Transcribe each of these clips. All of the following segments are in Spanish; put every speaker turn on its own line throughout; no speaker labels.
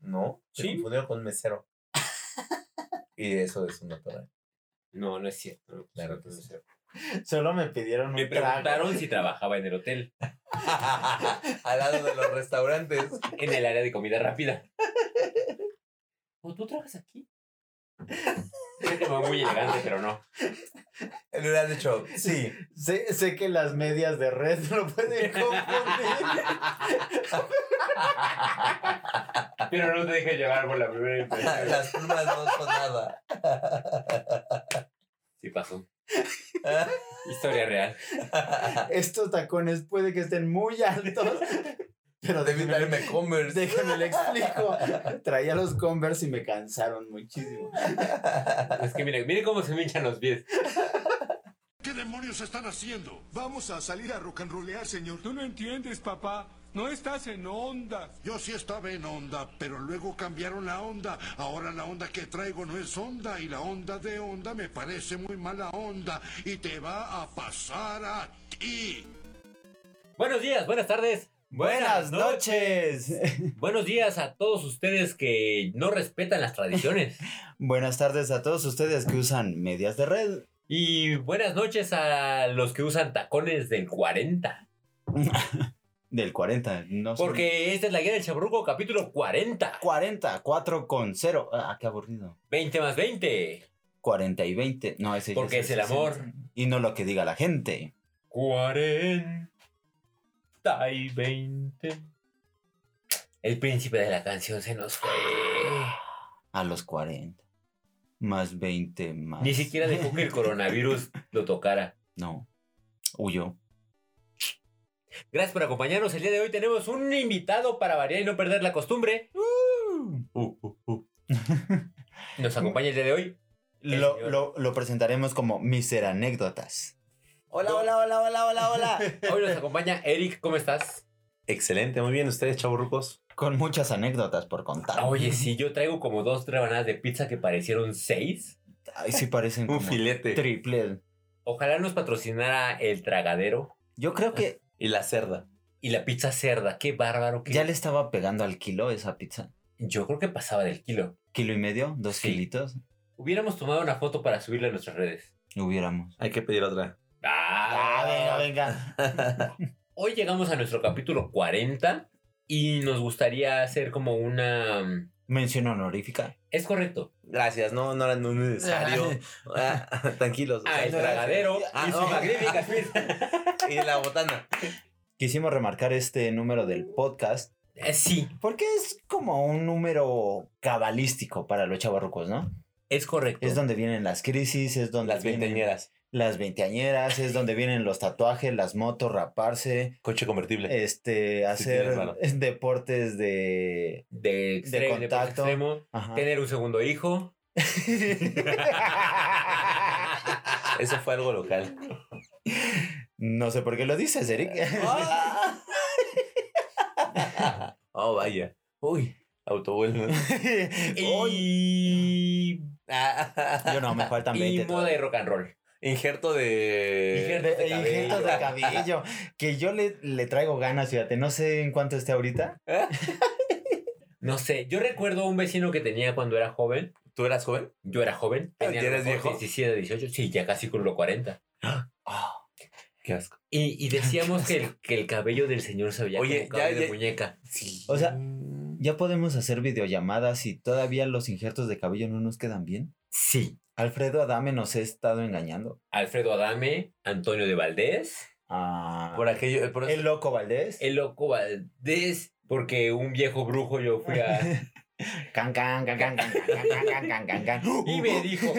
No, se
¿Sí?
confundieron con mesero. y eso es una torre.
No, no es cierto. no,
Claro
no
que
es
sí.
cierto.
Solo me pidieron
Me
un trago.
preguntaron si trabajaba en el hotel,
Al lado de los restaurantes.
en el área de comida rápida. ¿O tú trabajas aquí? Va muy elegante, pero no.
Le hubieran dicho, sí.
Sé, sé que las medias de red no pueden confundir.
Pero no te dejes llevar por la primera impresión.
Las plumas no son nada.
Sí pasó. Historia real.
Estos tacones puede que estén muy altos. Pero
Debí
déjeme,
traerme Converse.
déjeme le explico. Traía los Converse y me cansaron muchísimo.
Es que mire, mire cómo se me hinchan los pies.
¿Qué demonios están haciendo?
Vamos a salir a rock and rollear, señor.
Tú no entiendes, papá. No estás en ondas.
Yo sí estaba en onda, pero luego cambiaron la onda. Ahora la onda que traigo no es onda y la onda de onda me parece muy mala onda y te va a pasar a ti.
Buenos días, buenas tardes.
Buenas noches.
Buenos días a todos ustedes que no respetan las tradiciones.
Buenas tardes a todos ustedes que usan medias de red.
Y buenas noches a los que usan tacones del 40.
Del 40, no sé.
Porque esta es la guía del Chabruco, capítulo 40.
40, 4 con 0. Ah, qué aburrido.
20 más 20.
40 y 20. No, ese ya
Porque es el
60.
amor.
Y no lo que diga la gente.
40 y 20. El príncipe de la canción se nos fue.
A los 40. Más 20, más.
Ni siquiera dejó que el coronavirus lo tocara.
No. Huyó.
Gracias por acompañarnos. El día de hoy tenemos un invitado para variar y no perder la costumbre.
Uh, uh, uh.
Nos acompaña el día de hoy.
Lo, lo, lo presentaremos como mis anécdotas.
Hola, hola, hola, hola, hola, hola.
Hoy nos acompaña Eric. ¿Cómo estás?
Excelente, muy bien. ¿Ustedes, chaburrucos?
Con muchas anécdotas por contar.
Ah, Oye, sí, yo traigo como dos rebanadas de pizza que parecieron seis.
Ay, sí parecen
Un
como
filete.
triple.
Ojalá nos patrocinara el tragadero
Yo creo que
Y la cerda.
y la pizza cerda. Qué bárbaro. qué-
ya le estaba pegando al kilo esa pizza.
Yo creo que pasaba del kilo.
Kilo y medio, dos
Sí.
kilitos.
Hubiéramos tomado una foto para subirla a nuestras redes.
Hubiéramos.
Hay que pedir otra.
Ah,
venga.
Hoy llegamos a nuestro capítulo 40 y nos gustaría hacer como una... mm,
Mención honorífica.
Es correcto.
Gracias, no, no era no es necesario. Ah, tranquilos.
Ah, el
Gracias.
tragadero
Ah,
y su
no.
magnífica pizza.
Y la botana.
Quisimos remarcar este número del podcast
Eh, Sí,
porque es como un número cabalístico para los chavarrucos, ¿no?
es correcto.
Es donde vienen las crisis, es donde
Las
vienen
veinteañeras.
las veinteañeras, es donde vienen los tatuajes, las motos, raparse,
Coche
Eh,
convertible.
este,
tienes
hacer
varo.
deportes de...
de, extre-
de
de
contacto.
extremo,
Ah.
Ajá.
tener un segundo hijo.
Eso fue algo local.
No sé por qué lo dices, Eric.
Oh, vaya. Uy, autovuelo.
y
Yo no, me faltan
y
20.
moda y rock and roll.
Injerto de.
Injerto de
De, injertos de
cabello.
cabello. Que yo le, le traigo ganas, fíjate. No sé en cuánto esté ahorita.
No sé, yo recuerdo un vecino que tenía cuando era joven.
¿Tú eras joven?
Yo era joven.
Ah,
Tenía
¿ya
a lo
eres
mejor
viejo?
17, 18. Sí, ya casi con los 40.
Qué asco.
Y, y decíamos que el, que el cabello del señor se veía
Oye,
como cabello
ya-
de
ya-
muñeca.
Sí.
O sea, Ya podemos hacer videollamadas y todavía los injertos de cabello no nos quedan bien.
Sí.
Alfredo Adame nos ha estado engañando.
Alfredo Adame, Antonio de Valdés,
Ah,
Por aquello. Por
el loco Valdés.
el loco Valdés, porque un viejo brujo yo fui a...
Can, can, can, can, can, can, can, can, can, can, can.
Y ah, me dijo.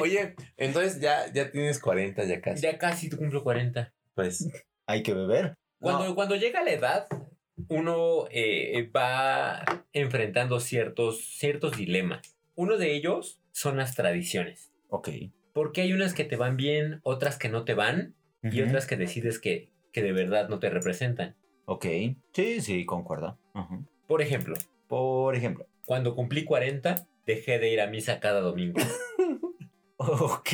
Oye, entonces ya, ya tienes 40 ya casi.
Ya casi tú cumplo 40.
Pues.
Hay que beber.
Cuando, cuando llega la edad, uno eh, va enfrentando ciertos, ciertos dilemas. Uno de ellos son las tradiciones.
Ok.
Porque hay unas que te van bien, otras que no te van, y
Ujú.
otras que decides que, que de verdad no te representan.
Ok. Sí, sí, concuerdo. Ujú.
Por ejemplo,
Por ejemplo.
cuando cumplí 40, dejé de ir a misa cada domingo.
Ok.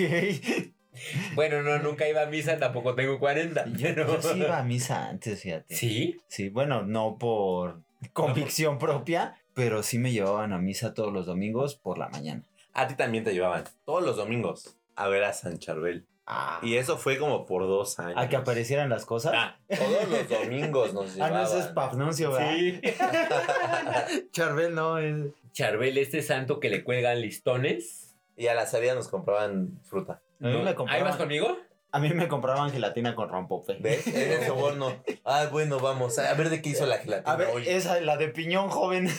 Bueno, no, nunca iba a misa, tampoco tengo 40.
Yo,
pero-
yo sí iba a misa antes, fíjate.
¿Sí?
Sí, bueno, no por convicción propia, pero sí me llevaban a misa todos los domingos por la mañana.
A ti también te llevaban todos los domingos a ver a San Charbel.
Ah,
Y eso fue como por dos años.
a que aparecieran las cosas. Ah,
pues. Ah,
Todos los domingos nos llevaban.
no, ese es Pafnuncio, ¿verdad?
sí.
Charbel no es.
Charbel, este santo que le cuelgan listones.
Y a la salida nos compraban fruta.
A mí,
No.
me
¿Ahí vas
compraban,
conmigo?
a mí me compraban gelatina con rompope.
¿Ves? Es el soborno. Ah, bueno, vamos. A ver de qué hizo la gelatina
A ver,
hoy.
esa la de piñón joven.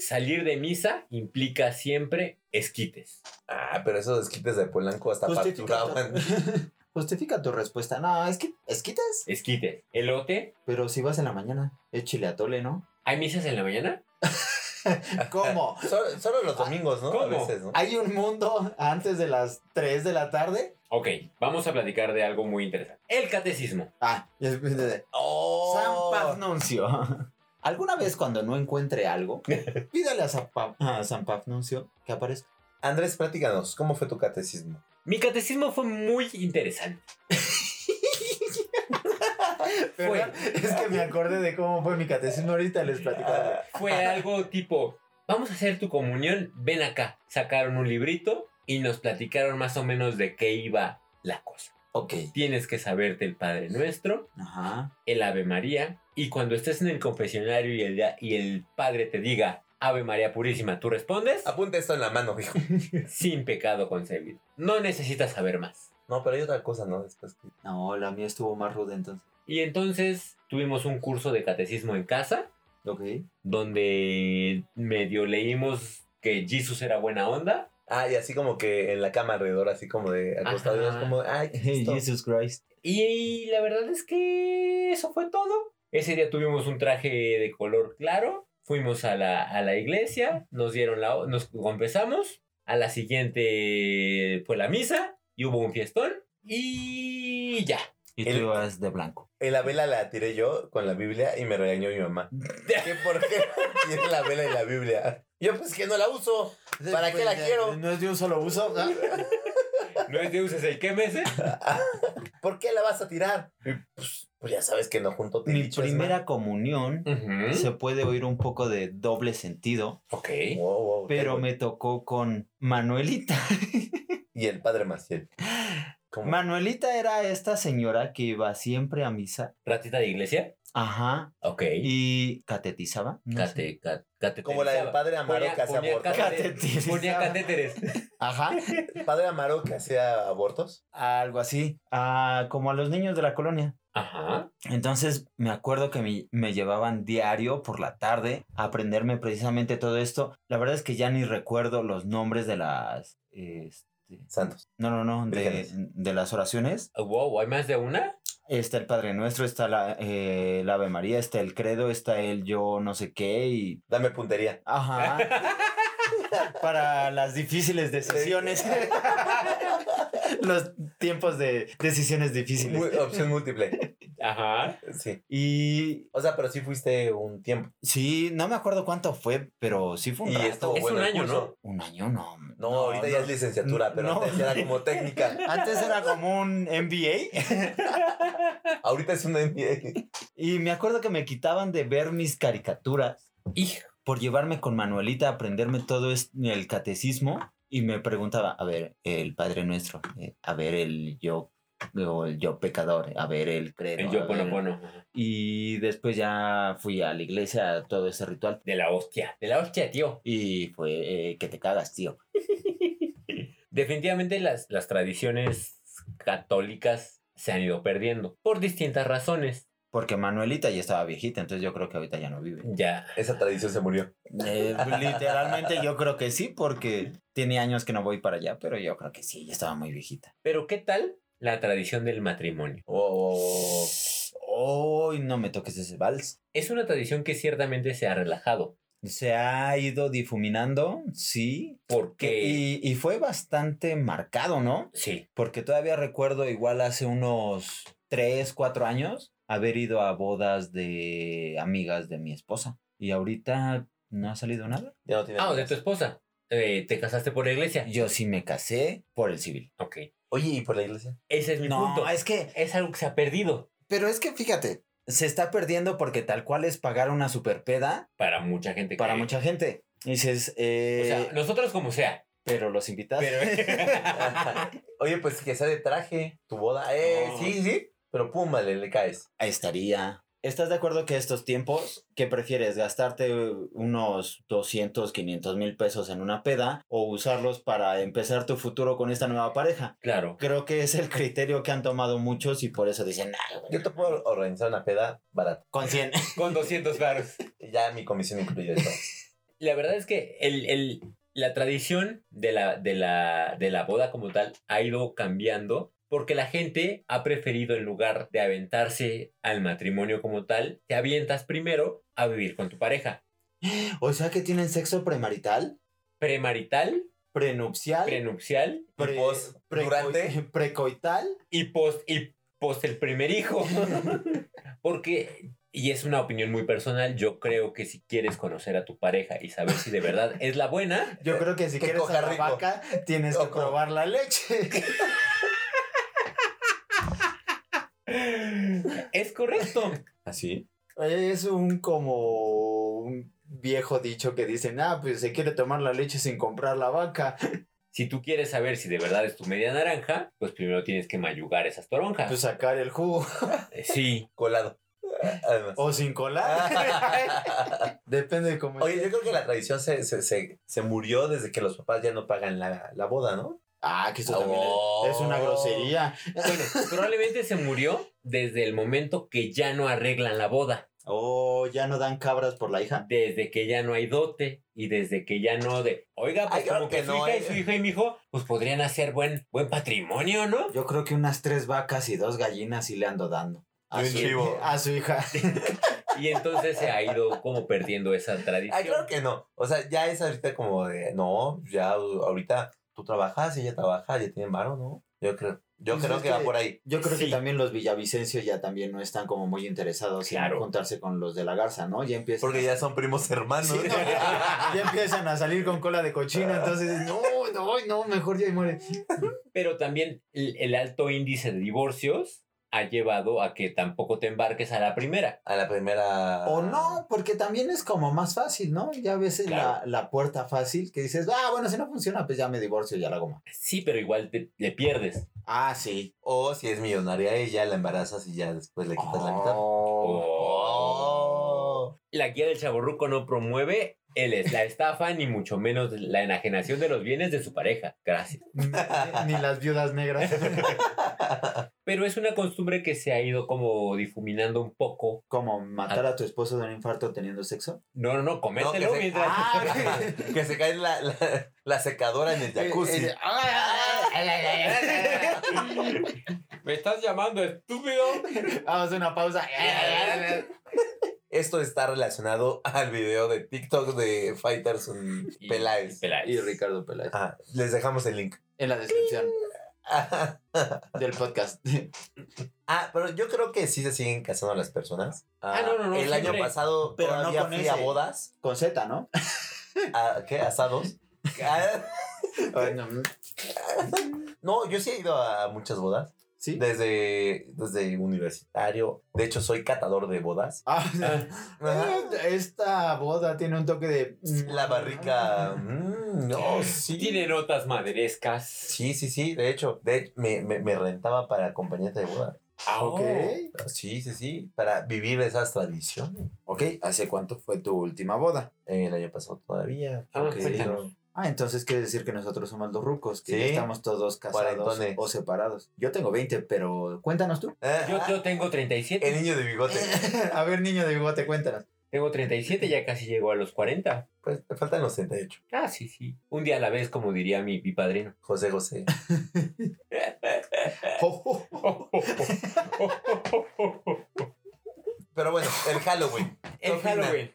Salir de misa implica siempre esquites.
Ah, pero esos esquites de Polanco hasta
Justifica
facturaban.
tu, justifica tu respuesta. No, es que es quitas,
Esquites. Elote.
pero si vas en la mañana, es chile atole, ¿no?
¿Hay misas en la mañana?
¿Cómo?
Solo, solo los domingos, ¿no? A
¿Cómo?
veces, ¿no?
Hay un mundo antes de las 3 de la tarde.
Ok, vamos a platicar de algo muy interesante. El catecismo.
Ah, y es-
¡Oh!
San Pafnuncio. ¿Alguna vez cuando no encuentre algo, pídale a San, Pa- a San Pafnuncio que aparezca?
Andrés, platícanos, ¿cómo fue tu catecismo?
Mi catecismo fue muy interesante. Fue.
Es que me acordé de cómo fue mi catecismo ahorita, les
Ah.
platicaba.
Fue algo tipo, vamos a hacer tu comunión, ven acá. Sacaron un librito y nos platicaron más o menos de qué iba la cosa.
Ok.
Tienes que saberte el Padre Nuestro,
Ajá.
el Ave María y cuando estés en el confesionario y el, y el padre te diga Ave María Purísima, tú respondes
Apunta esto en la mano, hijo.
sin pecado concebido. No necesitas saber más.
No, pero hay otra cosa, ¿no? Después que-
No, la mía estuvo más ruda entonces.
Y entonces tuvimos un curso de catecismo en casa
Ok.
donde medio leímos que Jesús era buena onda.
Ah, y así como que en la cama alrededor, así como de acostaditos,
Ajá.
como de, ay, ¿qué es esto?
Jesus Christ.
Y la verdad es que eso fue todo. Ese día tuvimos un traje de color claro, fuimos a la, a la iglesia, nos dieron la, o- nos confesamos, a la siguiente fue la misa y hubo un fiestón y ya.
Y
El-
ibas de blanco.
En la vela la tiré yo con la Biblia y me regañó mi mamá. ¿Qué, ¿Por qué tiene la vela y la Biblia? Yo pues que no la uso. ¿Para qué la quiero?
pues, No es de un solo uso.
No es de uses el que mese.
¿Por qué la vas a tirar? Pues, pues ya sabes que no junto te he
Mi
dicho, es
primera comunión
Ujú,
se puede oír un poco de doble sentido,
Ok.
mal. Wow, wow,
pero
tengo-
me tocó con Manuelita.
Y el padre Maciel. Como-
Manuelita era esta señora que iba siempre a misa.
Ratita de iglesia.
Ajá.
Ok.
Y catetizaba. no
Cate,
sé.
ca- cateterizaba.
como la del padre Amaro
Ponía-
que hacía
ponía
abortos.
cate-
Cateterizaba.
Ponía catéteres.
Ajá.
El padre Amaro que hacía abortos.
Algo así. Ah, como a los niños de la colonia.
Ajá.
Entonces me acuerdo que me, me llevaban diario por la tarde a aprenderme precisamente todo esto. La verdad es que ya ni recuerdo los nombres de las... este,
Santos.
no, no, no, de,
Vírgenes.
de las oraciones.
Wow, ¿hay más de una?
Está el Padre Nuestro, está la, eh, el Ave María, está el Credo, está el Yo no sé qué y...
Dame puntería.
Ajá. Para las difíciles decisiones. los tiempos de decisiones
Mu-
difíciles.
opción múltiple.
Ajá.
Sí.
Y
O sea, pero sí fuiste un tiempo.
Sí, no me acuerdo cuánto fue, pero sí fue un
Y
rato.
estuvo
Es
bueno
un
el
año,
curso.
¿no?
Un año no.
No, ahorita ya
no.
es licenciatura, pero
No.
antes era como técnica.
Antes era como un MBA
Ahorita es una E. MBA.
y me acuerdo que me quitaban de ver mis caricaturas
Hijo.
por llevarme con Manuelita a aprenderme todo es- el catecismo y me preguntaba, a ver, el Padre Nuestro, eh, a ver el yo, o el yo pecador, a ver el credo.
El
a
yo
ver-
pono pono.
Y después ya fui a la iglesia a todo ese ritual
De la hostia. De la hostia, tío.
y fue eh, que te cagas, tío.
Definitivamente las, las tradiciones católicas se han ido perdiendo. Por distintas razones.
Porque Manuelita ya estaba viejita, entonces yo creo que ahorita ya no vive.
Ya.
Esa tradición se murió.
Eh, literalmente yo creo que sí, porque tiene años que no voy para allá, pero yo creo que sí, ya estaba muy viejita.
Pero ¿qué tal la tradición del matrimonio?
Oh, oh, oh.
Hoy Oh, no me toques ese vals.
Es una tradición que ciertamente se ha relajado.
Se ha ido difuminando, sí.
Porque...
Y, y fue bastante marcado, ¿no?
Sí.
Porque todavía recuerdo igual hace unos 3, 4 años haber ido a bodas de amigas de mi esposa. Y ahorita no ha salido nada.
Ya no tiene.
Ah, o de
amigas.
tu esposa. Eh, ¿Te casaste por la iglesia?
Yo sí me casé por el civil.
Ok.
Oye, ¿y por la iglesia?
Ese es mi
No,
punto. Es...
es que,
algo que se ha perdido
pero es que fíjate, se está perdiendo porque tal cual es pagar una superpeda
para mucha gente. que-
para mucha gente. Y dices, eh,
O sea, nosotros como sea.
pero los invitados.
Oye, pues que sea de traje, tu boda. Eh,
No.
sí, sí. Pero pum, vale, le caes.
Ahí estaría. ¿Estás de acuerdo que estos tiempos, qué prefieres? ¿Gastarte unos 200, 500 mil pesos en una peda o usarlos para empezar tu futuro con esta nueva pareja?
Claro.
Creo que es el criterio que han tomado muchos y por eso dicen, "Nah, güey,
Yo te puedo organizar una peda barata.
con 100.
Con 200 varos.
Ya mi comisión incluye eso.
La verdad es que el, el- la tradición de la, de, la, de la boda como tal ha ido cambiando porque la gente ha preferido en lugar de aventarse al matrimonio como tal, te avientas primero a vivir con tu pareja.
O sea que tienen sexo premarital,
Premarital,
prenupcial,
prenupcial
pre-
y post,
preco-
durante.
precoital.
y post, y post el primer hijo. porque, y es una opinión muy personal, yo creo que si quieres conocer a tu pareja y saber si de verdad es la buena,
Yo creo que si
Eh, Que
quieres
coja
a la
rico.
vaca, tienes que
Ojo.
probar la leche.
es correcto.
¿Así?
Es un como un viejo dicho que dicen, ah, pues se quiere tomar la leche sin comprar la vaca.
Si tú quieres saber si de verdad es tu media naranja, pues primero tienes que mayugar esas toronjas.
Pues sacar el jugo
Eh, sí,
Colado. Ah, Además.
o sin colar. Depende de cómo...
Oye, yo creo que la tradición se, se, se, se murió desde que los papás ya no pagan la, la boda, ¿no?
Ah, que eso también es- es una
Oh.
grosería.
bueno, probablemente se murió desde el momento que ya no arreglan la boda,
Oh, ya no dan cabras por la hija.
desde que ya no hay dote y desde que ya no de, oiga, pues
Ay, claro
como que,
que
su
no,
hija y
eh.
su hija y mi hijo, pues podrían hacer buen, buen patrimonio, ¿no?
Yo creo que unas tres vacas y dos gallinas sí le ando dando. A,
Y un
su,
chivo.
a su hija.
Y entonces se ha ido como perdiendo esa tradición.
Ay, claro que no. O sea, ya es ahorita como de, no, ya uh, ahorita tú trabajas, ella trabaja, ya tienen varo, ¿no? Yo creo, yo
Pues
creo
es
que, va
que-
por ahí.
Yo creo
Sí.
que también los villavicencios ya también no están como muy interesados
Claro.
en juntarse con los de la garza, ¿no? Ya empiezan
Porque ya son primos hermanos.
Sí, no, ya, ya empiezan a salir con cola de cochino, entonces no, no, no, mejor ya y muere.
Pero también el, el alto índice de divorcios ha llevado a que tampoco te embarques a la primera.
A la primera.
O no, porque también es como más fácil, ¿no? Ya ves
Claro.
la, la puerta fácil que dices, ah, bueno, si no funciona, pues ya me divorcio y ya la goma.
Sí, pero igual te, le pierdes.
Ah, sí.
O si es millonaria ella, la embarazas y ya después le quitas la mitad.
Oh.
Oh.
La guía del chaborruco no promueve el, la estafa ni mucho menos la enajenación de los bienes de su pareja. Gracias.
Ni las viudas negras.
Pero es una costumbre que se ha ido como difuminando un poco.
como matar a tu esposo de un infarto teniendo sexo.
No, no, no, comételo
No, que se- Ah.
mientras.
que se cae la, la, la secadora en el jacuzzi.
Eh, eh, ah, ah, ah, ah,
Me estás llamando estúpido.
ah. Vamos a una pausa.
Esto está relacionado al video de TikTok de Fighters un
Y-
Peláez.
Peláez.
Y Ricardo Peláez.
Ah, les dejamos el link.
En la descripción
Ah,
del podcast.
pero yo creo que sí se siguen casando las personas.
Ah, no, no, no,
El año
siempre.
pasado
Pero no
todavía
con
fui
ese.
a bodas.
Con Z, ¿no?
¿A qué? ¿Asados? Ah, no, yo sí he ido a muchas bodas.
Sí.
Desde, desde universitario. De hecho, soy catador de bodas.
Ah,
Ajá.
Esta boda tiene un toque de. mm,
La barrica. mm, no, sí.
Tiene notas maderescas.
Sí, sí, sí, de hecho, de, me, me, me rentaba para acompañante de boda.
Ah,
Ok.
Sí, sí, sí, para vivir esas tradiciones. Eh,
Ok, ¿hace cuánto fue tu última boda?
El año pasado todavía.
Ah,
creo que
cuéntanos.
fueron
Ah, entonces quiere decir que nosotros somos los rucos, que
Sí.
ya estamos todos casados
Cuarentones.
o separados. Yo tengo 20, pero cuéntanos tú.
Ah,
Yo,
ah,
yo tengo 37.
El niño de bigote.
A ver, niño de bigote, cuéntanos.
Tengo 37, ya casi llego a los 40.
Pues te faltan los 38.
Ah, sí, sí. Un día a la vez, como diría mi, mi padrino.
José José.
Oh, oh, oh.
Pero bueno, el Halloween. ¿Qué
El
opina?
Halloween.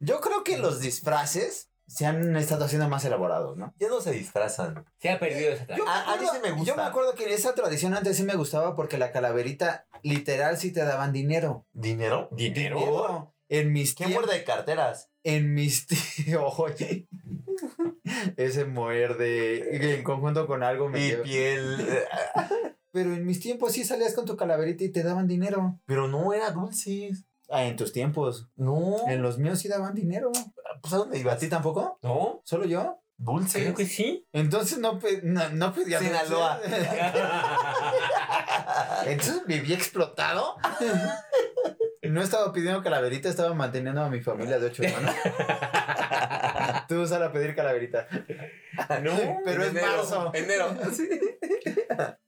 Yo creo que los disfraces se han estado haciendo más elaborados, ¿no?
Ya no se disfrazan.
Se ha perdido esa
Yo me
A- a mí sí
acuerdo-
me gusta.
Yo me acuerdo que esa tradición antes sí me gustaba porque la calaverita literal sí te daban dinero.
¿Dinero?
¿Dinero?
En mis
¿Quién
tiempos.
muerde de carteras?
En mis tiempos. Ese muerde en conjunto con algo me
Mi
lleva.
piel. eh,
Pero en mis tiempos sí salías con tu calaverita y te daban dinero.
Pero no era dulces.
Ah, en tus tiempos.
No.
En los míos sí daban dinero.
Pues, ¿A dónde
¿A
ibas?
ti tampoco?
¿No?
¿Solo yo?
Dulces.
Creo que sí.
Entonces no, pe- no, no pedía dulce.
Sinaloa.
Entonces viví explotado. No estaba pidiendo calaverita, estaba manteniendo a mi familia de ocho hermanos. Tú sal a pedir calaverita.
no.
Pero es
En enero,
marzo.
Enero.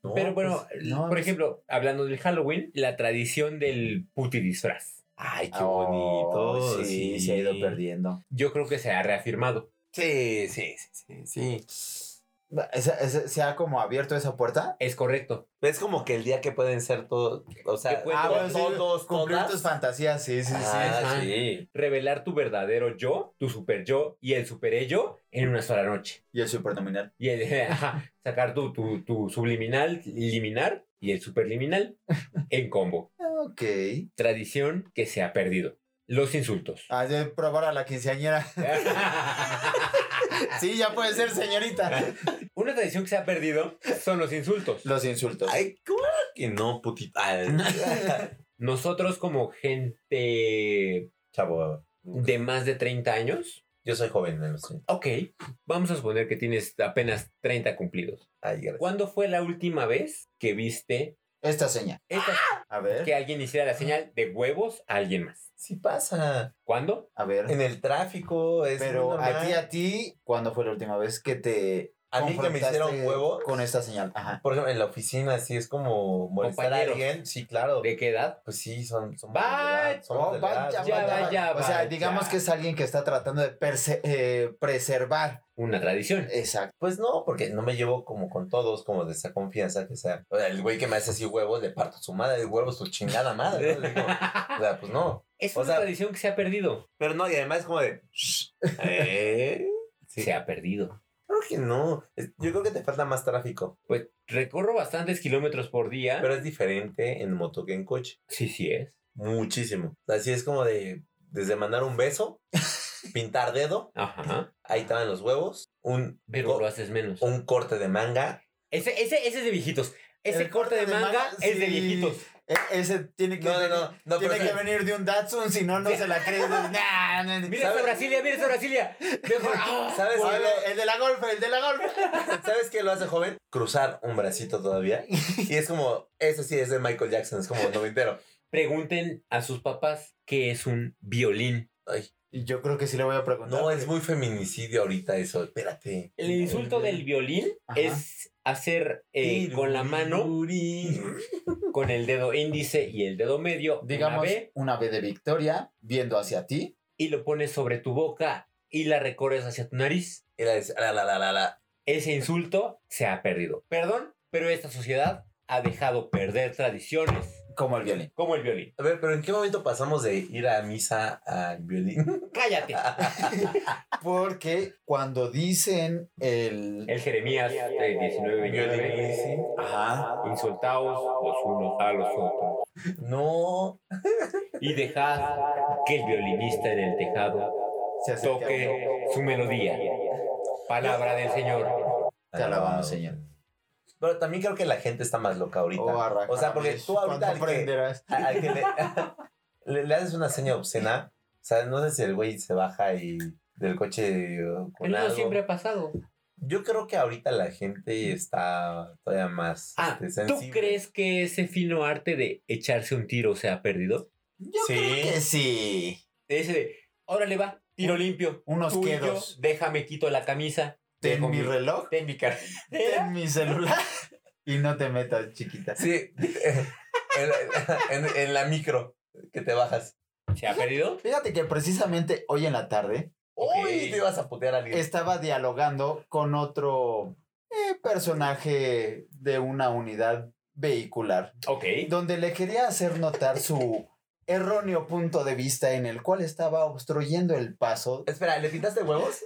No,
Pero bueno,
pues, no,
por
pues-
ejemplo, hablando del Halloween, la tradición del puti disfraz.
Ay, qué
Oh,
bonito.
sí, se ha ido perdiendo.
Yo creo que se ha reafirmado.
Sí, sí, sí, sí, sí.
Esa- esa- ¿Se ha como abierto esa puerta?
Es correcto.
Es como que el día que pueden ser todos, o sea,
Que pueden- Ah, bueno,
sí,
todos,
Cumplir
todas.
tus fantasías, sí, sí, sí.
Ah,
Ajá.
sí.
Revelar tu verdadero yo, tu super yo y el super ello en una sola noche.
Y el supernominal.
Y el- ajá, sacar tu, tu, tu subliminal, liminar y el superliminal en combo.
Ok.
Tradición que se ha perdido. Los insultos.
Ah, de probar a la quinceañera.
Ah.
Sí, ya puede ser señorita.
Una tradición que se ha perdido son los insultos.
Los insultos.
Ay, claro que no, Ah, putita. Ay,
Nosotros como gente
Chavo,
de más de 30 años,
yo soy joven, no lo sé.
ok, vamos a suponer que tienes apenas 30 cumplidos.
Ay, gracias.
¿Cuándo fue la última vez que viste
Esta seña.
esta-
Ah.
A ver,
que alguien hiciera la señal de huevos a alguien más?
Sí pasa.
¿Cuándo?
a ver.
En el tráfico es muy
Pero a
normal.
ti, a ti, ¿cuándo fue la última vez que te
A mí que me
confrontaste
hicieron huevo.
con esta señal? Ajá.
Por ejemplo, en la oficina sí es como molestar
Compañeros.
a alguien. Sí, claro.
¿De qué edad?
Pues sí, son son
Vaya.
Oh, vaya,
ya,
vaya,
vaya,
vaya. O sea,
vaya.
digamos que es alguien que está tratando de perse- eh, preservar.
Una tradición.
Exacto.
Pues no, porque no me llevo como con todos, como de esa confianza que sea. o sea, el güey que me hace así huevos, le parto su madre, huevos, su chingada madre. Ah, ¿no? Le digo, o sea, pues no.
Es
O
una
sea-
tradición que se ha perdido.
Pero no, y además es como de. "Shh, ¿Eh? Sí.
Se ha perdido.
Claro que no. Es- Yo creo que te falta más tráfico.
Pues recorro bastantes kilómetros por día.
Pero es diferente en moto que en coche.
sí, sí es.
Muchísimo. Así es como de. Desde mandar un beso, pintar dedo,
Ajá.
ahí estaban los huevos, un,
Pero
co-
lo haces menos.
un corte de manga.
Ese, ese, ese es de viejitos. Ese
El
corte de manga, es de
sí.
viejitos.
E- ese tiene que,
No, no, no. no
tiene
pero-
que venir de un Datsun, si no, no se la crees. Nah, no, no.
Mira esa
¿Sabes?
Brasilia, mira esa Brasilia. Mejor- ¡Ah!
¿Sabes
O
qué? eh,
el, el de la golpe, el de la golpe.
¿Sabes qué lo hace joven? Cruzar un bracito todavía. Y es como, eso sí es de Michael Jackson, es como noventero.
Pregunten a sus papás qué es un violín.
Ay,
Y yo creo que sí le voy a preguntar.
no, es muy feminicidio ahorita eso, espérate.
El insulto del violín
Ajá.
es hacer eh, con la mano, con el dedo índice y el dedo medio,
Digamos,
una B,
una B de victoria, viendo hacia ti.
y lo pones sobre tu boca y la recorres hacia tu nariz.
Era de- la, la, la, la, la.
Ese insulto se ha perdido. Perdón, pero esta sociedad ha dejado perder tradiciones
Como el violín.
como el violín.
A ver, pero ¿en qué momento pasamos de ir a misa al violín?
Cállate.
Porque cuando dicen el,
El Jeremías este, de 19
Violín,
29.
sí.
Ajá.
Insultaos los unos a los otros.
No,
Y dejad que el violinista en el tejado
Se acerca.
toque su melodía. Palabra del Señor.
Te alabamos, Señor.
Pero también creo que la gente está más loca ahorita.
Oh, arraca,
o sea, porque tú
¿cuándo
ahorita al que,
aprenderás?
al que le, le- le haces una seña obscena, o sea, no sé si el güey se baja y del coche o con
Pero eso
algo.
siempre ha pasado.
Yo creo que ahorita la gente está todavía más
Ah,
este,
¿tú
sensible.
crees que ese fino arte de echarse un tiro se ha perdido?
Yo
Sí.
creo que sí.
Ese de, órale va, tiro limpio.
Unos
Tú y yo,
quedos.
déjame quito la camisa.
Ten
dejo
mi reloj,
ten mi cartera.
ten mi celular y no te metas, chiquita.
Sí, en, en- en la micro que te bajas.
¿Se ha perdido?
Fíjate que precisamente hoy en la tarde
Ok.
Uy, te ibas a putear a alguien.
estaba dialogando con otro eh, personaje de una unidad vehicular,
Ok.
donde le quería hacer notar su erróneo punto de vista en el cual estaba obstruyendo el paso.
Espera, ¿le pintaste huevos?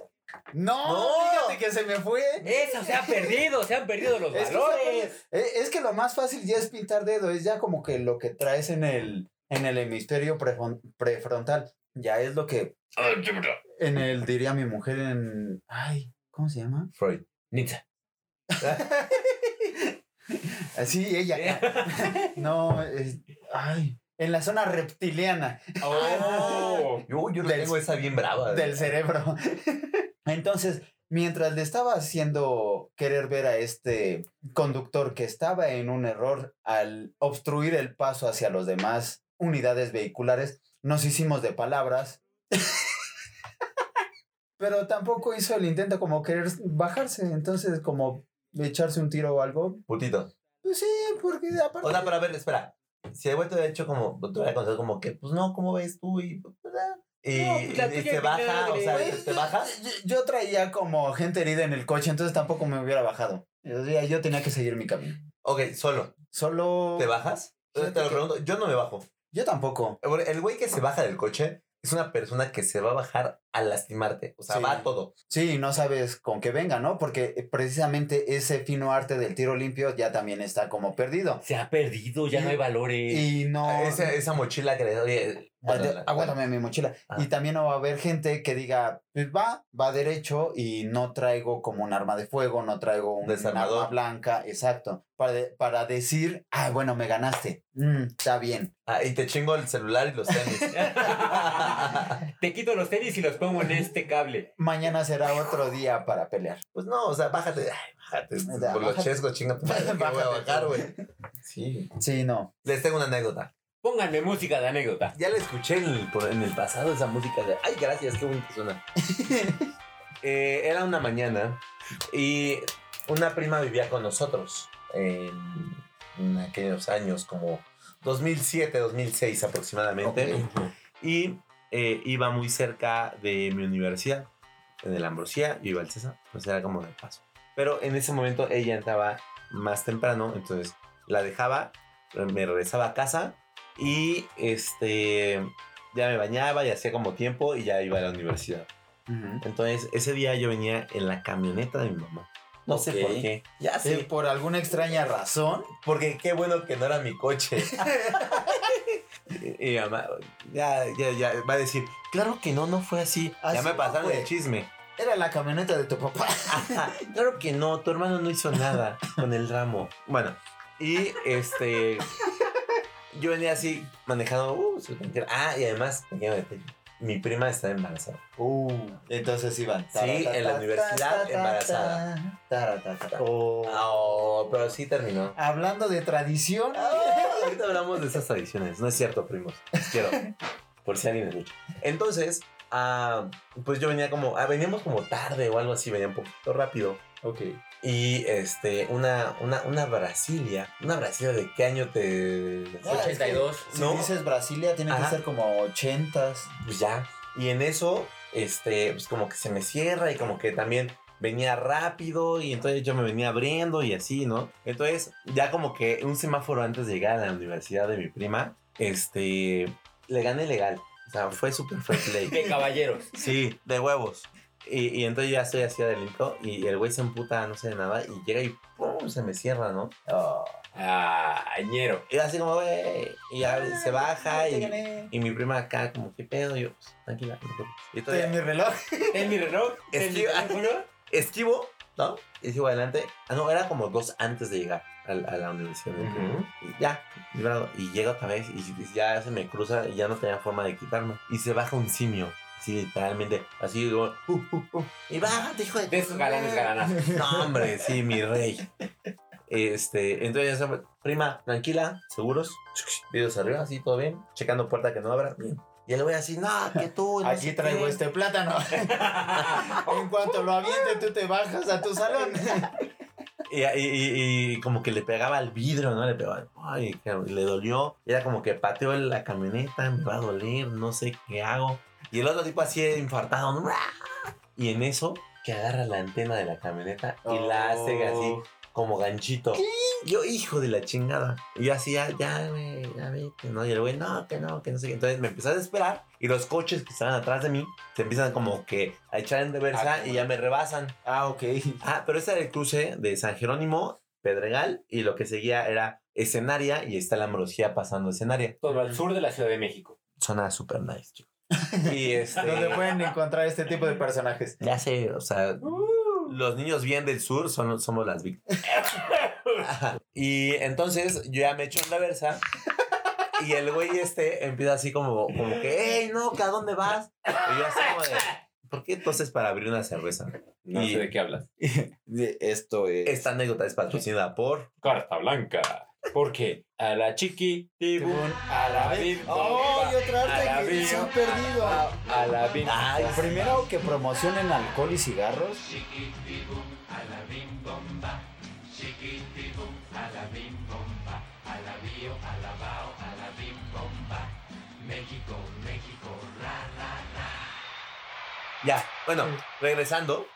No,
No.
fíjate que se me fue.
Eso se ha perdido, se han perdido los
Es que,
valores.
Eh, Es que lo más fácil ya es pintar dedo, es ya como que lo que traes en el, en el hemisferio prefron- prefrontal. Ya es lo que en el diría mi mujer en. Ay, ¿cómo se llama?
Freud.
Nitsa.
Así Ah, ella. No, es- ay. En la zona reptiliana
Oh.
Yo, yo
Del-
tengo esa bien brava. eh,
del cerebro. Entonces, mientras le estaba haciendo querer ver a este conductor que estaba en un error al obstruir el paso hacia los demás unidades vehiculares, nos hicimos de palabras. Pero tampoco hizo el intento como querer bajarse, entonces como echarse un tiro o algo.
Putito.
Pues sí, porque aparte...
O sea, pero a ver, espera. Si el güey te hubiera hecho como, te hubiera contestado como que, pues no, ¿cómo ves tú? Y, pues, ah. y,
No, pues, la
y
tuya
te
es
baja, o
vinagre.
sea,
Güey,
te, te
yo-
bajas.
Yo, yo traía como gente herida en el coche, entonces tampoco me hubiera bajado. O sea, yo tenía que seguir mi camino.
Ok, solo.
Solo.
¿Te bajas? Entonces te lo pregunto, yo no me bajo.
Yo tampoco.
El güey que se baja del coche es una persona que se va a bajar a lastimarte. O sea,
Sí.
va a todo.
Sí, no sabes con qué venga, ¿no? Porque eh, precisamente ese fino arte del tiro limpio ya también está como perdido.
Se ha perdido, ya no hay valores.
Y no.
Esa, Ah, esa mochila que le eh, oye,
Aguántame,
guárdala.
aguántame mi mochila.
Ah.
Y también no va a haber gente que diga, pues va, va derecho y no traigo como un arma de fuego, no traigo un
Desarmador.
arma blanca, exacto. Para, de- para decir, ah, bueno, me ganaste. Mm, está bien.
Ah, y te chingo el celular y los tenis.
Te quito los tenis y los pongo en este cable.
Mañana será otro día para pelear.
Pues no, o sea, bájate. Ay, bájate.
Ya,
Por los
bájate.
chescos, chinga tu madre. que voy a
Bájate.
bajar, güey. Sí.
Sí, no.
Les tengo una anécdota.
Pónganme música de anécdota.
Ya la escuché en el, por- en el pasado, esa música de... Ay, gracias, qué bonita suena. Eh, era una mañana y una prima vivía con nosotros en, en aquellos años, como 2007, 2006 aproximadamente. Y eh, iba muy cerca de mi universidad, en el Ambrosía, yo iba al César, pues era como de paso. Pero en ese momento ella entraba más temprano, entonces la dejaba, me regresaba a casa y este ya me bañaba y hacía como tiempo y ya iba a la universidad.
Ujú.
Entonces ese día yo venía en la camioneta de mi mamá. No sé por
Ok.
qué. Ya
Sí,
sé.
Eh, por alguna extraña razón.
Porque qué bueno que no era mi coche. y, y mi mamá, ya, ya, ya, va a decir, claro que no, no fue así. ya
Así
me
no
pasaron
fue.
el chisme.
Era la camioneta de tu papá.
Ajá, claro que no, tu hermano no hizo nada con el ramo. Bueno, y este. Yo venía así manejando. uh, su- ah, y además, pequeño detalle, mi prima está embarazada.
entonces iban.
Uh. Sí, en la universidad, embarazada.
Ah.
Oh, pero sí terminó.
Hablando de tradición.
Ahorita hablamos de esas tradiciones. No es cierto, primos. Los quiero. Por si alguien escucha. Entonces, ah, pues yo venía como. ah, veníamos como tarde o algo así, venía un poquito rápido.
Ok.
Y este, una, una, una Brasilia. ¿Una Brasilia de qué año te.?
Ah, es que-
82.
Si
¿No?
dices Brasilia, tiene
Ajá.
que ser como ochentas.
Pues ya. Y en eso, este, pues como que se me cierra y como que también venía rápido y entonces yo me venía abriendo y así, ¿no? Entonces, ya como que un semáforo antes de llegar a la universidad de mi prima, este, le gané legal. O sea, fue súper fair play.
De caballeros.
Sí, de huevos. Y, y entonces ya estoy así adelito y el güey se emputa, no sé de nada, y llega y ¡pum! se me cierra, ¿no? Oh.
Ah, ñero.
Y así como, güey, y ya se baja y, y mi prima acá como, ¿qué pedo? Y yo, pues, tranquila. no te preocupes". Y todavía-
Ten mi reloj.
¿Es mi reloj? ¿Es mi
Esquiva.
teléfono?
esquivo, ¿no? Y sigo adelante. Ah, no, era como dos antes de llegar al- a, la universidad.
Ujú.
Y ya, librado. Y llega otra vez y y ya se me cruza y ya no tenía forma de quitarme. Y se baja un simio. Sí, literalmente. Así digo, uh, uh, uh. Y bájate, hijo de...
De esos galanes galanas.
No, hombre, sí, mi rey. Este, entonces ya se- prima, tranquila, seguros. Dedos arriba, así, todo bien. Checando puerta que no abra. Bien. Y él voy así, no, que tú. no
Aquí
sé
traigo
qué".
este plátano. en cuanto lo aviente, tú te bajas a tu salón.
Y, y- y- y como que le pegaba al vidrio, ¿no? Le pegaba, ay, que le dolió. Y Era como que pateó la camioneta, me va a doler, no sé qué hago. Y el otro tipo así infartado, ¿no? Y en eso, que agarra la antena de la camioneta y la hace así,
Oh.
como ganchito. Yo, hijo de la chingada. Y yo así, ya, ya, güey, ya vete, ¿no? Y el güey, no, que no, que no sé qué. Entonces me empecé a desesperar y los coches que estaban atrás de mí se empiezan como que a echar en reversa
Ah,
y ya me rebasan.
Ah, ok.
Ah, pero ese era el cruce de San Jerónimo, Pedregal, y lo que seguía era escenaria y está la ambrosía pasando escenaria.
Todo al sur de la Ciudad de México.
Zona super nice, chicos. Y este,
Donde pueden encontrar este tipo de personajes.
Ya sé, o sea,
los niños bien del sur son, somos las víctimas. Ajá. y entonces yo ya me echo en la versa. Y el güey este empieza así como, como que, hey, no, ¿que ¿a dónde vas? Y yo así como de, ¿por qué entonces para abrir una cerveza?
No
Y-
sé de qué hablas.
de- esto es.
Esta anécdota es patrocinada por...
Carta blanca. Porque a la chiqui, tibun, a la bim,
¡Oh! Y otra
A la
arte que se
vida.
han perdido.
a la bim.
Ay, primero que promocionen alcohol y cigarros.
Ya, bueno, regresando.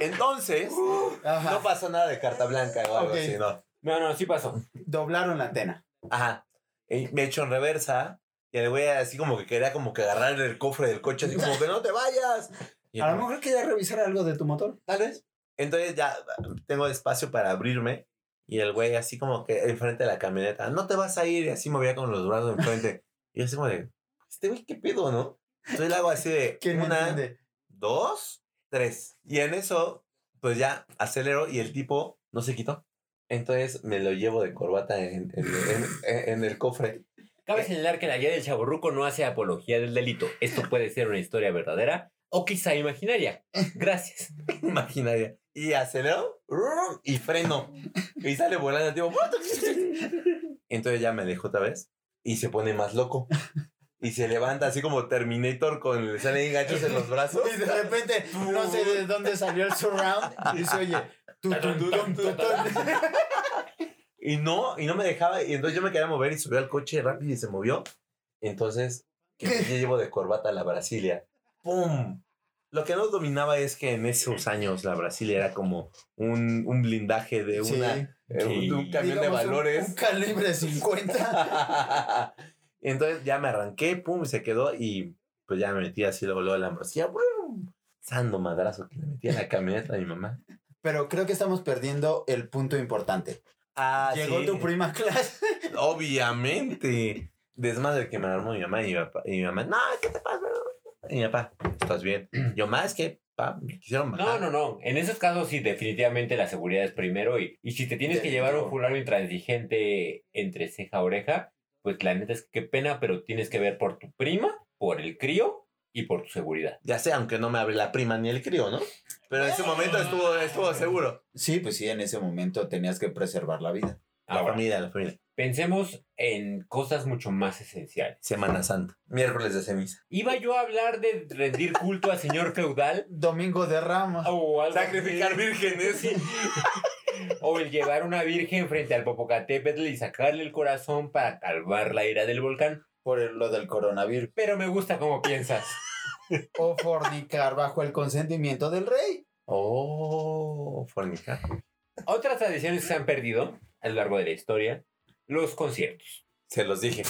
Entonces,
Ajá.
no pasó nada de carta blanca o algo
Ok.
así, ¿no?
No, no, sí pasó.
Doblaron la antena.
Ajá. Y me echo en reversa. Y el güey así como que quería como que agarrar el cofre del coche, así como que no te vayas. Y
A
yo,
lo mejor quería revisar algo de tu motor.
Tal vez. Entonces ya tengo espacio para abrirme. Y el güey así como que enfrente de la camioneta, no te vas a ir. Y así movía con los brazos enfrente. Y yo así como de, este güey, ¿qué pedo, no? Entonces le hago así de,
¿Quién me
una,
entiende?
dos, tres. Y en eso, pues ya acelero y el tipo no se quitó. Entonces me lo llevo de corbata en, en- en- en- en el cofre.
Cabe
Eh.
señalar que la guía del chaborruco no hace apología del delito. Esto puede ser una historia verdadera o quizá imaginaria. Gracias.
imaginaria. Y acelero ¡rum! y freno. Y sale volando el tipo. Entonces ya me dejó otra vez y se pone más loco. Y se levanta así como Terminator con le salen ganchos en los brazos.
Y de repente, no sé de dónde salió el surround. Y se oye. tu, tu, tu, tu, tu, tu.
Y no, y no me dejaba. Y entonces yo me quería mover y subió al coche rápido y se movió. Entonces, que yo llevo de corbata a la Brasilia. ¡Pum! Lo que no dominaba es que en esos años la Brasilia era como un, un blindaje de
Sí.
una, eh,
Sí.
de un camión de
Digamos, un-
valores.
Un, calibre 50.
Entonces ya me arranqué, pum, y se quedó y pues ya me metí así luego, luego a la ambrosía, ¡brum! sando madrazo que le metí a la camioneta de mi mamá.
Pero creo que estamos perdiendo el punto importante.
Ah,
Llegó tu prima clase.
Obviamente. Desmadre que me armó mi mamá y mi papá. Y mi mamá, no, ¿qué te pasa? Y mi papá, estás bien. Yo más que, pa, me quisieron
No,
bajar.
no, no. En esos casos sí, definitivamente la seguridad es primero. Y, y si te tienes que llevar un fulano intransigente entre ceja a oreja, pues la neta es que qué pena, pero tienes que ver por tu prima, por el crío y por tu seguridad.
Ya sé, aunque no me hable la prima ni el crío, ¿no? Pero en ese momento estuvo, estuvo seguro.
Sí, pues sí, en ese momento tenías que preservar la vida.
La
Ahora,
familia, la familia.
pensemos en cosas mucho más esenciales.
Semana Santa. Miércoles de ceniza.
Iba yo a hablar de rendir culto al señor feudal
Domingo de Ramos.
o algo así.
vírgenes.
Sí. O el llevar una virgen frente al Popocatépetl y sacarle el corazón para calmar la ira del volcán.
Por el- lo del coronavirus.
Pero me gusta cómo piensas.
O fornicar bajo el consentimiento del rey.
Oh, fornicar.
Otras tradiciones que se han perdido a lo largo de la historia, los conciertos.
Se los dije.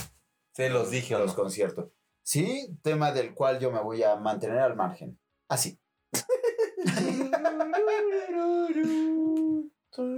Se los dije. ¿o
los
no?
conciertos. Sí, tema del cual yo me voy a mantener al margen. Así.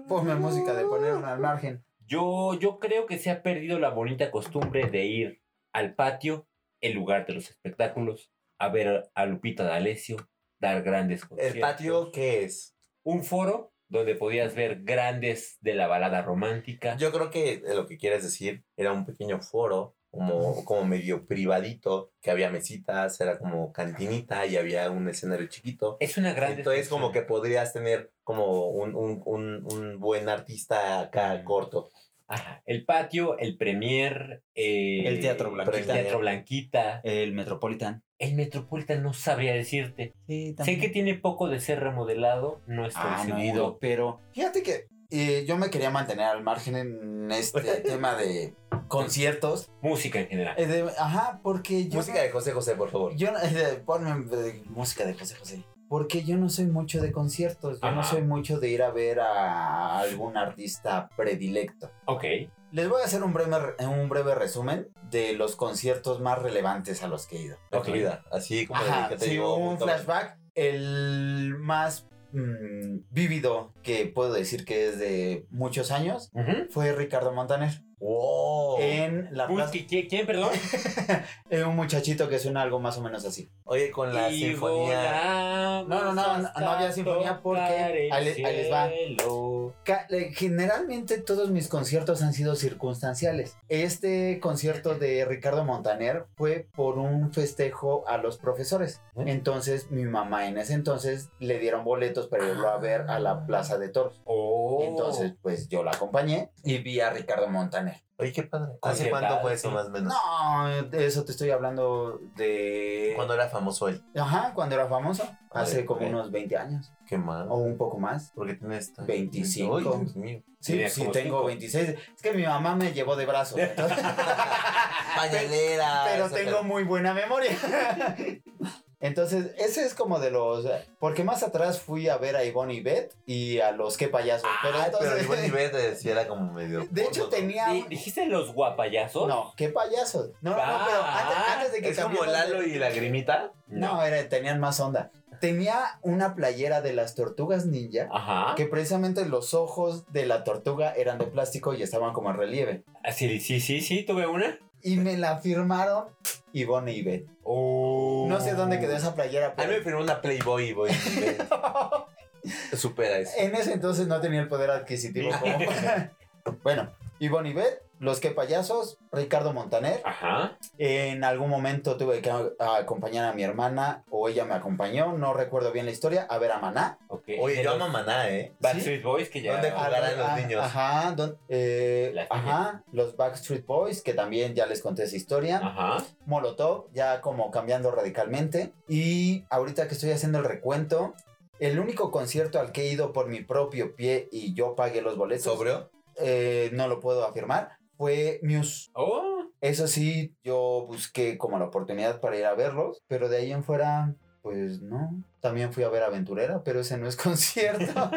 Ponme música de ponerme al margen.
Yo, yo creo que se ha perdido la bonita costumbre de ir al patio, el lugar de los espectáculos, a ver a Lupita D'Alessio, dar grandes conciertos.
¿El patio qué es?
un foro donde podías ver grandes de la balada romántica.
Yo creo que lo que quieres decir era un pequeño foro, como, como medio privadito, que había mesitas, era como cantinita y había un escenario chiquito.
es una gran
Entonces como que
descripción.
podrías tener como un, un, un, un buen artista acá corto.
Ajá, el patio, el premier, eh,
El Teatro Blanquita.
el Teatro Blanquita,
El Metropolitan.
el Metropolitan no sabría decirte.
Sí,
Sé que tiene poco de ser remodelado, no estoy
Ah, no,
seguro.
pero.
Fíjate que eh, yo me quería mantener al margen en este tema de conciertos.
Música en general.
Eh, de- ajá, porque yo...
Música de José José, por favor.
Yo no- eh, ponme eh, música de José José. Porque yo no soy mucho de conciertos. Yo no
Ajá.
soy mucho de ir a ver a algún artista predilecto.
Ok.
Les voy a hacer un breve, un breve resumen de los conciertos más relevantes a los que he ido.
De
Ok.
tu vida. Así como de
Ajá,
que te
sí,
llegó
un
punto-
flashback. El más mm, vívido que puedo decir que es de muchos años
Ujú.
fue Ricardo Montaner. Oh,
Wow.
en la plaza.
Pulqui, ¿qui- ¿Quién, perdón?
eh, un muchachito que suena algo más o menos así.
Oye, con la
Y
sinfonía.
volamos
No, no, no,
hasta
no había sinfonía porque-
tocar el
ahí les- ahí les va.
cielo.
Ca- eh, Generalmente todos mis conciertos han sido circunstanciales. Este concierto de Ricardo Montaner fue por un festejo a los profesores. Entonces mi mamá en ese entonces le dieron boletos para irlo a ver a la Plaza de Toros.
Oh.
Entonces pues yo la acompañé y vi a Ricardo Montaner.
Oye, qué padre.
Oye,
¿Hace cuánto
tal,
fue eso
sí.
más o menos?
No, de eso te estoy hablando de...
Cuando era famoso él.
Ajá, cuando era famoso. Hace
Ah,
Ay,
como
ok.
unos 20 años
Qué mal.
o un poco más.
Porque tienes tan-
25.
Ay, Dios mío.
Sí,
Tenías
sí,
como
tengo
cinco.
26. Es que mi mamá me llevó de brazo. entonces-
Pañalera.
pero
ese
tengo muy buena memoria. Entonces, ese es como de los. Porque más atrás fui a ver a Ivonne y Beth y a los que payasos.
Ay,
pero entonces.
Ah, pero igual nivel de sí era como medio.
de hecho,
gordo, ¿no?
tenía.
Oh. Di- ¿Dijiste los guapayazos?
No, qué payasos. No, no,
Ah.
pero antes, antes de que
Es como
cambiaran de-
Lalo y Lagrimita.
No, era, tenían más onda. Tenía una playera de las tortugas ninja.
Ah.
Ajá.
Que precisamente los ojos de la tortuga eran de plástico y estaban como en relieve.
Ah, Sí, sí, sí, sí, tuve una.
Y me la firmaron Ivonne y Beth.
Oh.
No sé dónde quedó esa playera,
Uh. A mí
pero
me firmó una Playboy, güey. Supera eso.
En ese entonces no tenía el poder adquisitivo. como para- bueno, Ivonne Ivet, Los Que Payasos, Ricardo Montaner.
Ajá.
En algún momento tuve que a- a acompañar a mi hermana o ella me acompañó, no recuerdo bien la historia, a ver a Maná.
Ok.
Oye,
De
yo
los
amo a Maná, ¿eh?
Backstreet Boys que ya.
¿Dónde
A
Jugar a
ver
los niños.
Ajá, don- eh,
Las
ajá, los Backstreet Boys, que también ya les conté esa historia.
Ajá.
Molotov, ya como cambiando radicalmente. Y ahorita que estoy haciendo el recuento, el único concierto al que he ido por mi propio pie y yo pagué los boletos.
¿Sobrio?
eh, no lo puedo afirmar, fue Muse.
Oh.
Eso sí, yo busqué como la oportunidad para ir a verlos, pero de ahí en fuera, pues no. También fui a ver Aventurera, pero ese no es concierto.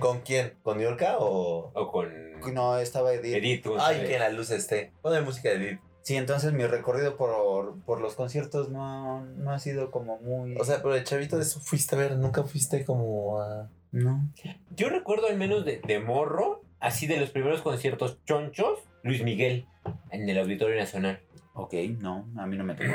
¿Con quién? ¿Con Yorka o.?
O con
no, estaba Edith.
Edith
Ay,
González.
que la luz esté. Ponle música de Edith.
Sí, entonces mi recorrido por, por los conciertos no, no ha sido como muy...
O sea, pero el chavito de eso fuiste a ver, nunca fuiste como a.
no.
Yo recuerdo al menos de, de morro, así de los primeros conciertos chonchos, Luis Miguel en el Auditorio Nacional.
Ok, no, a mí no me tocó.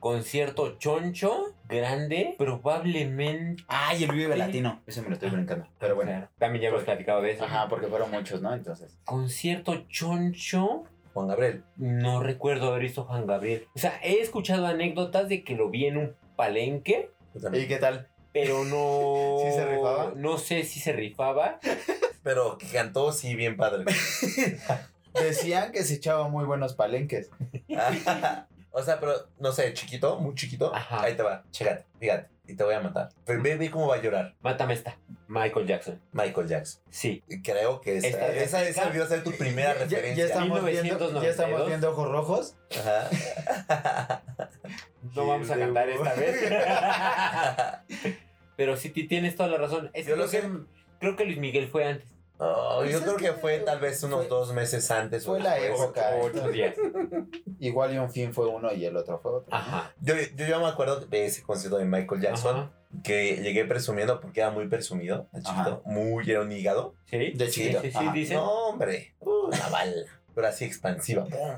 Concierto choncho, grande, probablemente.
Ay, el Vive Latino. Eso me lo estoy brincando. Pero bueno.
También ya hemos platicado de eso.
Ajá, porque fueron muchos, ¿no? Entonces.
Concierto choncho,
Juan Gabriel.
no recuerdo haber visto a Juan Gabriel. O sea, he escuchado anécdotas de que lo vi en un palenque,
Yo también.
¿Y qué tal?
pero no.
¿Sí se rifaba?
No sé si se rifaba.
Pero que cantó, sí, bien padre.
Decían que se echaba muy buenos palenques.
o sea, pero no sé, chiquito, muy chiquito.
Ajá.
Ahí te va, chécate, fíjate, y te voy a matar. Pero ve, ve cómo va a llorar
Mátame esta. Michael Jackson.
Michael Jackson.
Sí.
Creo que esa,
Esta-
esa,
esta-
esa debió ser tu primera
Ya- ya,
referencia.
estamos viendo,
1992.
ya estamos viendo ojos rojos.
Ajá.
No vamos a cantar esta vez. Pero sí, ti- tienes toda la razón. Es
Yo
creo,
lo sé.
que, creo que Luis Miguel fue antes.
Oh,
Pues
yo
es
creo que
que
fue tal vez unos
fue-
dos meses antes. o
fue la
después.
época.
O Ocho días.
Igual y un fin fue uno y el otro fue otro.
Ajá.
Yo, yo, yo me acuerdo de ese concierto de Michael Jackson
Ajá.
que llegué presumiendo porque era muy presumido, el chiquito, muy era un hígado.
Sí.
De
Sí,
chiquito.
Sí, sí,
Ajá.
dicen.
Ah, No, hombre, una bala, pero así expansiva. ¡pum!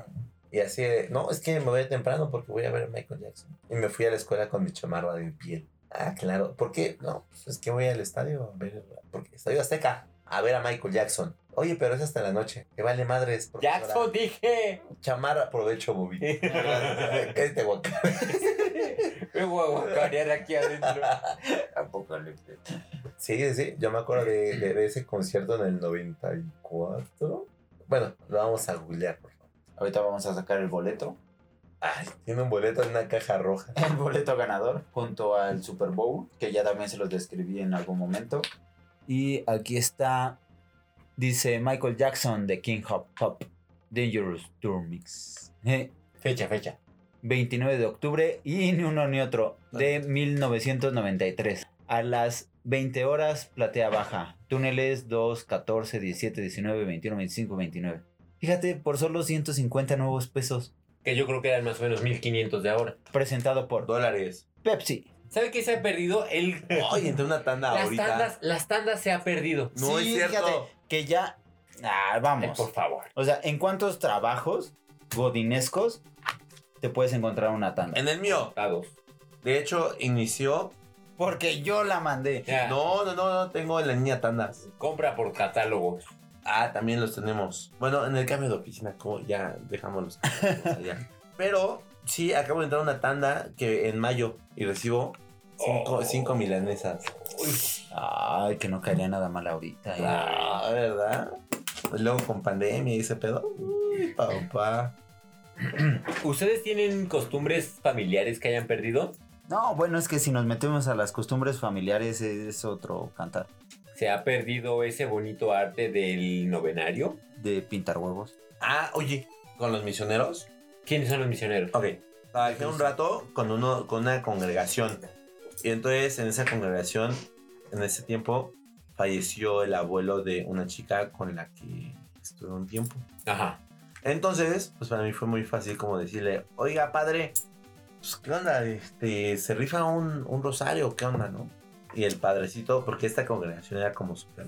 Y así, de, no, es que me voy temprano porque voy a ver a Michael Jackson. Y me fui a la escuela con mi chamarra de piel. Ah, claro, ¿por qué? No, pues es que voy al estadio a ver, porque Estadio Azteca, a ver a Michael Jackson. Oye, pero es hasta la noche, que vale madres. profesora.
Jackson dije.
Chamarra, provecho, Bobby. Cállate, guaca.
Me voy a guacarear aquí adentro.
Apocalipsis. Sí, sí, yo me acuerdo de, de- de ese concierto en el 94. Bueno, lo vamos a googlear, por favor.
Ahorita vamos a sacar el boleto.
Ay, tiene un boleto en una caja roja.
El boleto ganador junto al Super Bowl, que ya también se los describí en algún momento. Y aquí está, dice Michael Jackson de King Hop Hop, Dangerous Tour Mix. Eh,
Fecha, fecha.
29 de octubre y ni uno ni otro de 1993. A las 20 horas, platea baja. Túneles 2, 14, 17, 19, 21, 25, 29. Fíjate, por solo 150 nuevos pesos.
Que yo creo que eran más o menos 1500 de ahora.
Presentado por
Dólares.
Pepsi.
¿Sabe qué se ha perdido? El...
Ay, entré una tanda
las,
ahorita.
tandas, las tandas se ha perdido.
No
Sí,
es cierto.
fíjate, que ya
Ah,
Ay,
vamos.
Eh, por favor.
O sea, ¿en cuántos trabajos godinescos te puedes encontrar una tanda?
En el mío,
A dos.
de hecho, inició.
Porque yo la mandé.
Ya,
No, no, no, no, tengo en la niña tandas.
Compra por catálogo.
Ah, también los tenemos. Bueno, en el cambio de oficina, como ya dejámoslos. allá. Pero sí, acabo de entrar a una tanda que en mayo y recibo cinco,
Oh.
cinco milanesas.
Ay, que no caería nada mal ahorita. eh.
Ah, ¿verdad? Pues luego con pandemia y ese pedo. Uy, papá.
¿Ustedes tienen costumbres familiares que hayan perdido?
No, bueno, es que si nos metemos a las costumbres familiares es otro cantar.
¿Se ha perdido ese bonito arte del novenario?
De pintar huevos.
Ah, oye, con los misioneros.
¿Quiénes son los misioneros?
Ok. Trabajé un rato con, uno, con una congregación. Y entonces en esa congregación, en ese tiempo, falleció el abuelo de una chica con la que estuve un tiempo.
Ajá.
Entonces, pues para mí fue muy fácil como decirle, oiga padre, pues qué onda, este, se rifa un, un rosario, qué onda, ¿no? Y el padrecito, porque esta congregación era como super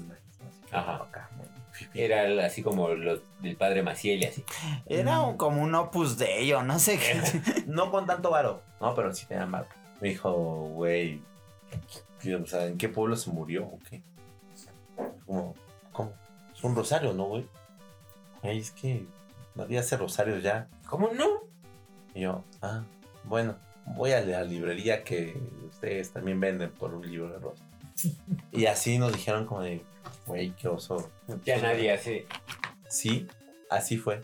Ajá.
Acá, muy fifí.
Era el- así como los del padre Maciel y así.
Era
Mm.
un- como un opus de ello, no sé qué.
No con tanto varo, no, pero sí tenían varo. Me dijo, güey, ¿qué- o sea, ¿en qué pueblo se murió o qué? Como, ¿cómo? Es un rosario, ¿no, güey? Ay, es que nadie hace rosarios ya.
¿Cómo no?
Y yo, ah, bueno, voy a la librería que ustedes también venden por un libro de rosa. Y así nos dijeron como de, güey, qué oso.
Ya nadie hace.
Sí, así fue.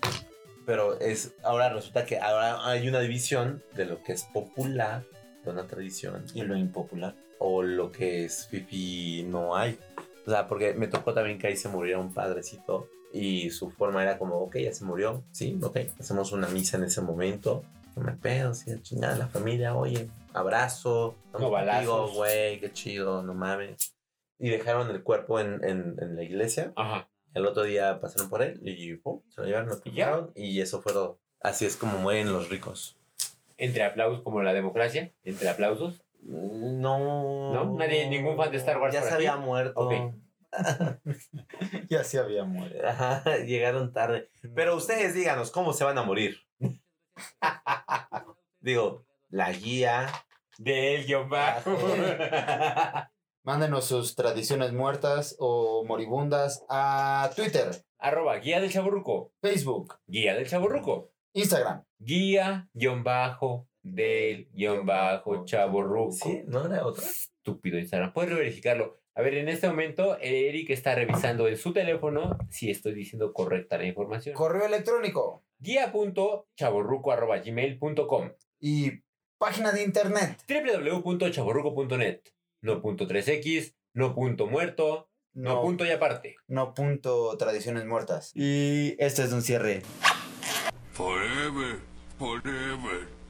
Pero es, ahora resulta que ahora hay una división de lo que es popular, de una tradición,
Y lo impopular.
o lo que es fifi no hay. O sea, porque me tocó también que ahí se muriera un padrecito y su forma era como, ok, ya se murió, sí, ok, hacemos una misa en ese momento. Que me pedo, sí, la chingada, la familia, oye, abrazo,
No balazos.
contigo, güey, qué chido, no mames. Y dejaron el cuerpo en, en, en la iglesia.
Ajá.
El otro día pasaron por él y pum, se lo llevaron, lo
¿Y ya?
pillaron y eso fue todo. Así es como mueren los ricos.
Entre aplausos, como la democracia. Entre aplausos.
Mm, No.
¿No? Nadie- ningún fan de Star Wars
Ya
por
se
aquí.
había muerto.
Ok.
Ya se había muerto.
Ajá, llegaron tarde. Pero ustedes díganos, ¿cómo se van a morir? Digo, la guía.
De él, yo
Mándenos sus tradiciones muertas o moribundas a Twitter,
Arroba guía del chaburruco.
Facebook,
Guía del chaburruco.
Instagram.
Guía guión bajo del guión bajo chaburruco.
Sí, ¿no era otra?
estúpido Instagram. Puedes verificarlo. A ver, en este momento Eric está revisando en su teléfono si estoy diciendo correcta la información.
Correo electrónico
Guía.chaborruco.gmail.com
y página de internet.
www.chaborruco.net No punto 3x, no punto muerto, no,
No,
punto y aparte.
no punto tradiciones muertas.
Y este es un cierre.
Forever, forever.